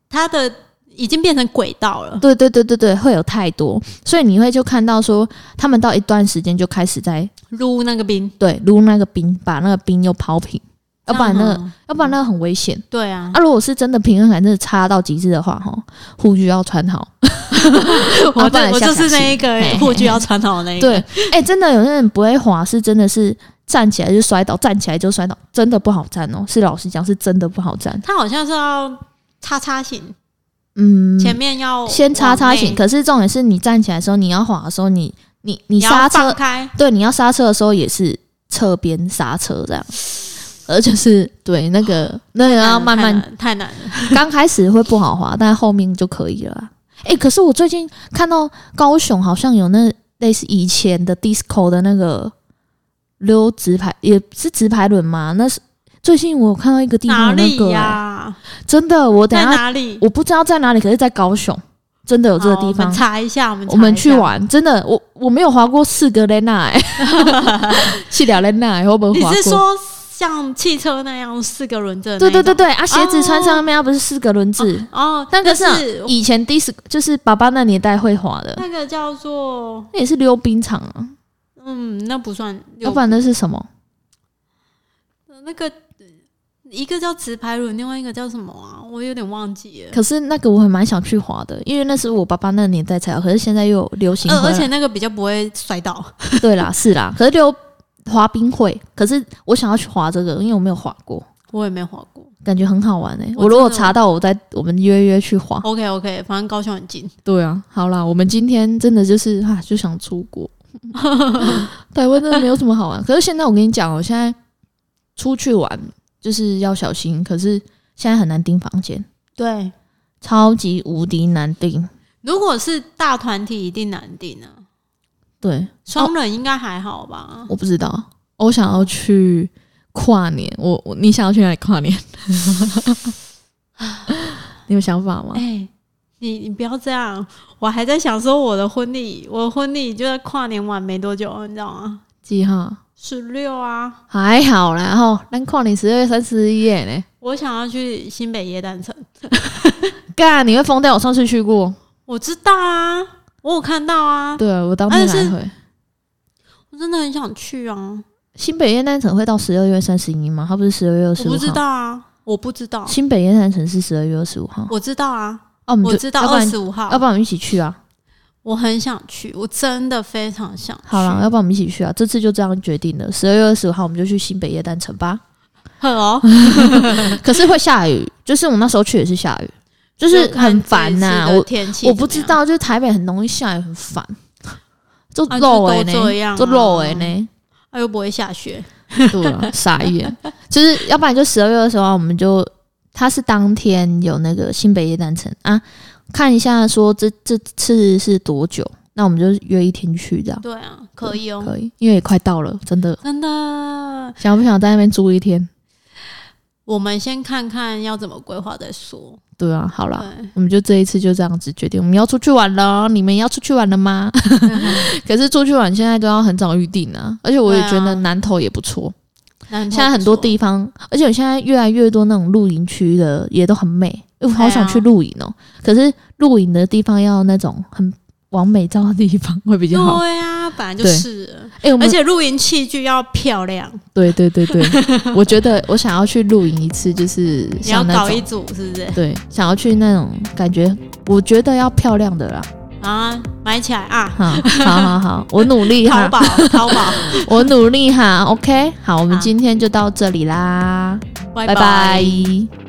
[SPEAKER 2] 它的已经变成轨道了。
[SPEAKER 1] 对对对对对，会有太多，所以你会就看到说他们到一段时间就开始在
[SPEAKER 2] 撸那个冰，
[SPEAKER 1] 对撸那个冰，把那个冰又抛平，要啊不然那
[SPEAKER 2] 这
[SPEAKER 1] 个
[SPEAKER 2] 样哦
[SPEAKER 1] 要不然那个很危险。
[SPEAKER 2] 对啊，
[SPEAKER 1] 啊，如果是真的平衡感真的差到极致的话，哈，护具要穿好。
[SPEAKER 2] 我
[SPEAKER 1] 啊不
[SPEAKER 2] 这
[SPEAKER 1] 然
[SPEAKER 2] 我
[SPEAKER 1] 下
[SPEAKER 2] 就是
[SPEAKER 1] 下
[SPEAKER 2] 那一
[SPEAKER 1] 去
[SPEAKER 2] 个
[SPEAKER 1] 嘿
[SPEAKER 2] 护具
[SPEAKER 1] 嘿
[SPEAKER 2] 要穿好的那一个。
[SPEAKER 1] 对，哎、真的有些人不会滑，是真的是站起来就摔倒，站起来就摔倒，真的不好站哦。是老实讲，是真的不好站。
[SPEAKER 2] 它好像是要叉叉型，
[SPEAKER 1] 嗯，
[SPEAKER 2] 前面要
[SPEAKER 1] 先叉叉型，
[SPEAKER 2] 往内
[SPEAKER 1] 可是重点是你站起来的时候，你要滑的时候，你你你
[SPEAKER 2] 要
[SPEAKER 1] 刹
[SPEAKER 2] 放
[SPEAKER 1] 车，
[SPEAKER 2] 开，
[SPEAKER 1] 对，你要刹车的时候也是侧边刹车这样。而就是对那个那个要慢慢
[SPEAKER 2] 嗯太难了，太难了。
[SPEAKER 1] 刚开始会不好滑，但后面就可以了啊。哎、可是我最近看到高雄好像有那类似以前的 disco 的那个溜直排，也是直排轮吗？那是最近我有看到一个地
[SPEAKER 2] 哪
[SPEAKER 1] 方有那
[SPEAKER 2] 里
[SPEAKER 1] 个、
[SPEAKER 2] 呀、
[SPEAKER 1] 欸真的，我等
[SPEAKER 2] 在
[SPEAKER 1] 一下
[SPEAKER 2] 哪里？
[SPEAKER 1] 我不知道在哪里，可是在高雄真的有这个
[SPEAKER 2] 好
[SPEAKER 1] 地
[SPEAKER 2] 我们
[SPEAKER 1] 方。
[SPEAKER 2] 查一下，我们
[SPEAKER 1] 我们
[SPEAKER 2] 查一
[SPEAKER 1] 去
[SPEAKER 2] 下。
[SPEAKER 1] 玩，真的，我我没有滑过四个雷娜、欸， 去了雷娜、欸，会不会
[SPEAKER 2] 你
[SPEAKER 1] 滑过？
[SPEAKER 2] 是说像汽车那样四个轮子的那
[SPEAKER 1] 对对对
[SPEAKER 2] 种？
[SPEAKER 1] 对，啊，鞋子穿上面，它不是四个轮子，
[SPEAKER 2] 哦，
[SPEAKER 1] 那个是啊
[SPEAKER 2] 是
[SPEAKER 1] 以前 disco 就是爸爸那年代会滑的，
[SPEAKER 2] 那个叫做
[SPEAKER 1] 那也是溜冰场啊，
[SPEAKER 2] 嗯，那不算溜
[SPEAKER 1] 要不然那是什么？
[SPEAKER 2] 那个一个叫直排轮，另外一个叫什么啊？我有点忘记了。
[SPEAKER 1] 可是那个我还蛮想去滑的，因为那是我爸爸那年代才有，可是现在又有流行
[SPEAKER 2] 呃
[SPEAKER 1] 回，来。
[SPEAKER 2] 而且那个比较不会摔倒。
[SPEAKER 1] 对啦，是啦，可是溜滑冰会，可是我想要去滑这个，因为我没有滑过，
[SPEAKER 2] 我也没滑过。
[SPEAKER 1] 感觉很好玩诶、
[SPEAKER 2] 我
[SPEAKER 1] 我如果
[SPEAKER 2] 真的
[SPEAKER 1] 查到，我再我们约约去滑。
[SPEAKER 2] OK OK，反正高雄很近。
[SPEAKER 1] 对啊，好啦，我们今天真的就是啊，就想出 国。台湾真的没有什么好玩，可是现在我跟你讲，我哦现在出去玩就是要小心，可是现在很难订房间，
[SPEAKER 2] 对，
[SPEAKER 1] 超级无敌难订。
[SPEAKER 2] 如果是大团体一定难定啊，
[SPEAKER 1] 对，哦
[SPEAKER 2] 双人应该还好吧？
[SPEAKER 1] 我不知道，我想要去跨年，我我你想要去哪里跨年？ 你有想法吗
[SPEAKER 2] 哎、？你你不要这样，我还在想说我的婚礼，我的婚礼就在跨年晚没多久，你知道吗？
[SPEAKER 1] 几号？
[SPEAKER 2] 十六啊，
[SPEAKER 1] 还好啦，吼，咱跨年十二月三十一耶呢。
[SPEAKER 2] 我想要去新北耶诞城，
[SPEAKER 1] 干，你会疯掉！我上次去过，
[SPEAKER 2] 我知道啊，我有看到啊，
[SPEAKER 1] 对我当天
[SPEAKER 2] 但是
[SPEAKER 1] 来回。
[SPEAKER 2] 我真的很想去啊，
[SPEAKER 1] 新北夜诞城会到十二月三十一吗？它不是十二月二
[SPEAKER 2] 我
[SPEAKER 1] 十五号？
[SPEAKER 2] 不知道啊，我不知道，
[SPEAKER 1] 新北夜诞城是十二月二十五号。
[SPEAKER 2] 我知道啊，
[SPEAKER 1] 哦，我们
[SPEAKER 2] 我
[SPEAKER 1] 就
[SPEAKER 2] 知道
[SPEAKER 1] 要不
[SPEAKER 2] 二
[SPEAKER 1] 然
[SPEAKER 2] 十五号
[SPEAKER 1] 要，不然我们一起去啊？
[SPEAKER 2] 我很想去，我真的非常想去。
[SPEAKER 1] 好了，要不然我们一起去啊！这次就这样决定了，十二月二十五号我们就去新北夜诞城吧。
[SPEAKER 2] 好哦，
[SPEAKER 1] 嗯可是会下雨，就是我那时候去也是下雨，就是很烦呐、
[SPEAKER 2] 就看这一次的
[SPEAKER 1] 我
[SPEAKER 2] 天气
[SPEAKER 1] 我不
[SPEAKER 2] 怎
[SPEAKER 1] 知
[SPEAKER 2] 么样，
[SPEAKER 1] 道，就是台北很容易下雨，很烦。就
[SPEAKER 2] 啊就
[SPEAKER 1] 漏哎
[SPEAKER 2] 都这
[SPEAKER 1] 呢，
[SPEAKER 2] 样啊
[SPEAKER 1] 就漏哎呢，
[SPEAKER 2] 啊，又不会下雪。
[SPEAKER 1] 对啊，傻眼。就是要不然就十二月二十号，我们就他是当天有那个新北夜诞城啊，看一下说这这次是多久，那我们就约一天去这样
[SPEAKER 2] 对啊，可以哦，
[SPEAKER 1] 嗯可以，因为也快到了，真的
[SPEAKER 2] 真的。
[SPEAKER 1] 想不想在那边住一天？
[SPEAKER 2] 我们先看看要怎么规划再说。
[SPEAKER 1] 对啊，好啦，
[SPEAKER 2] 对，
[SPEAKER 1] 我们就这一次就这样子决定，我们要出去玩了，你们要出去玩了吗？ 可是出去玩现在都要很早预定啊，而且我也觉
[SPEAKER 2] 对
[SPEAKER 1] 得
[SPEAKER 2] 啊
[SPEAKER 1] 南投也不错，
[SPEAKER 2] 南投
[SPEAKER 1] 现在很多
[SPEAKER 2] 不错
[SPEAKER 1] 地方，而且现在越来越多那种露营区的也都很美，因为我好想去露营哦、可是露营的地方要那种很往美照的地方会比较好。
[SPEAKER 2] 对啊，本来就
[SPEAKER 1] 对
[SPEAKER 2] 是了，
[SPEAKER 1] 哎、我们
[SPEAKER 2] 而且露营器具要漂亮，
[SPEAKER 1] 对对对 对，我觉得我想要去露营一次，就是
[SPEAKER 2] 你要
[SPEAKER 1] 像那
[SPEAKER 2] 搞
[SPEAKER 1] 种
[SPEAKER 2] 一组是不是？
[SPEAKER 1] 对，想要去那种感觉，我觉得要漂亮的啦。
[SPEAKER 2] 啊，买起来 啊！
[SPEAKER 1] 好，好好 好，我努力
[SPEAKER 2] 淘
[SPEAKER 1] 哈，
[SPEAKER 2] 宝，淘 宝，
[SPEAKER 1] 我努力哈。OK，好，我们
[SPEAKER 2] 好
[SPEAKER 1] 今天就到这里啦，
[SPEAKER 2] 拜
[SPEAKER 1] 拜
[SPEAKER 2] 拜。
[SPEAKER 1] 拜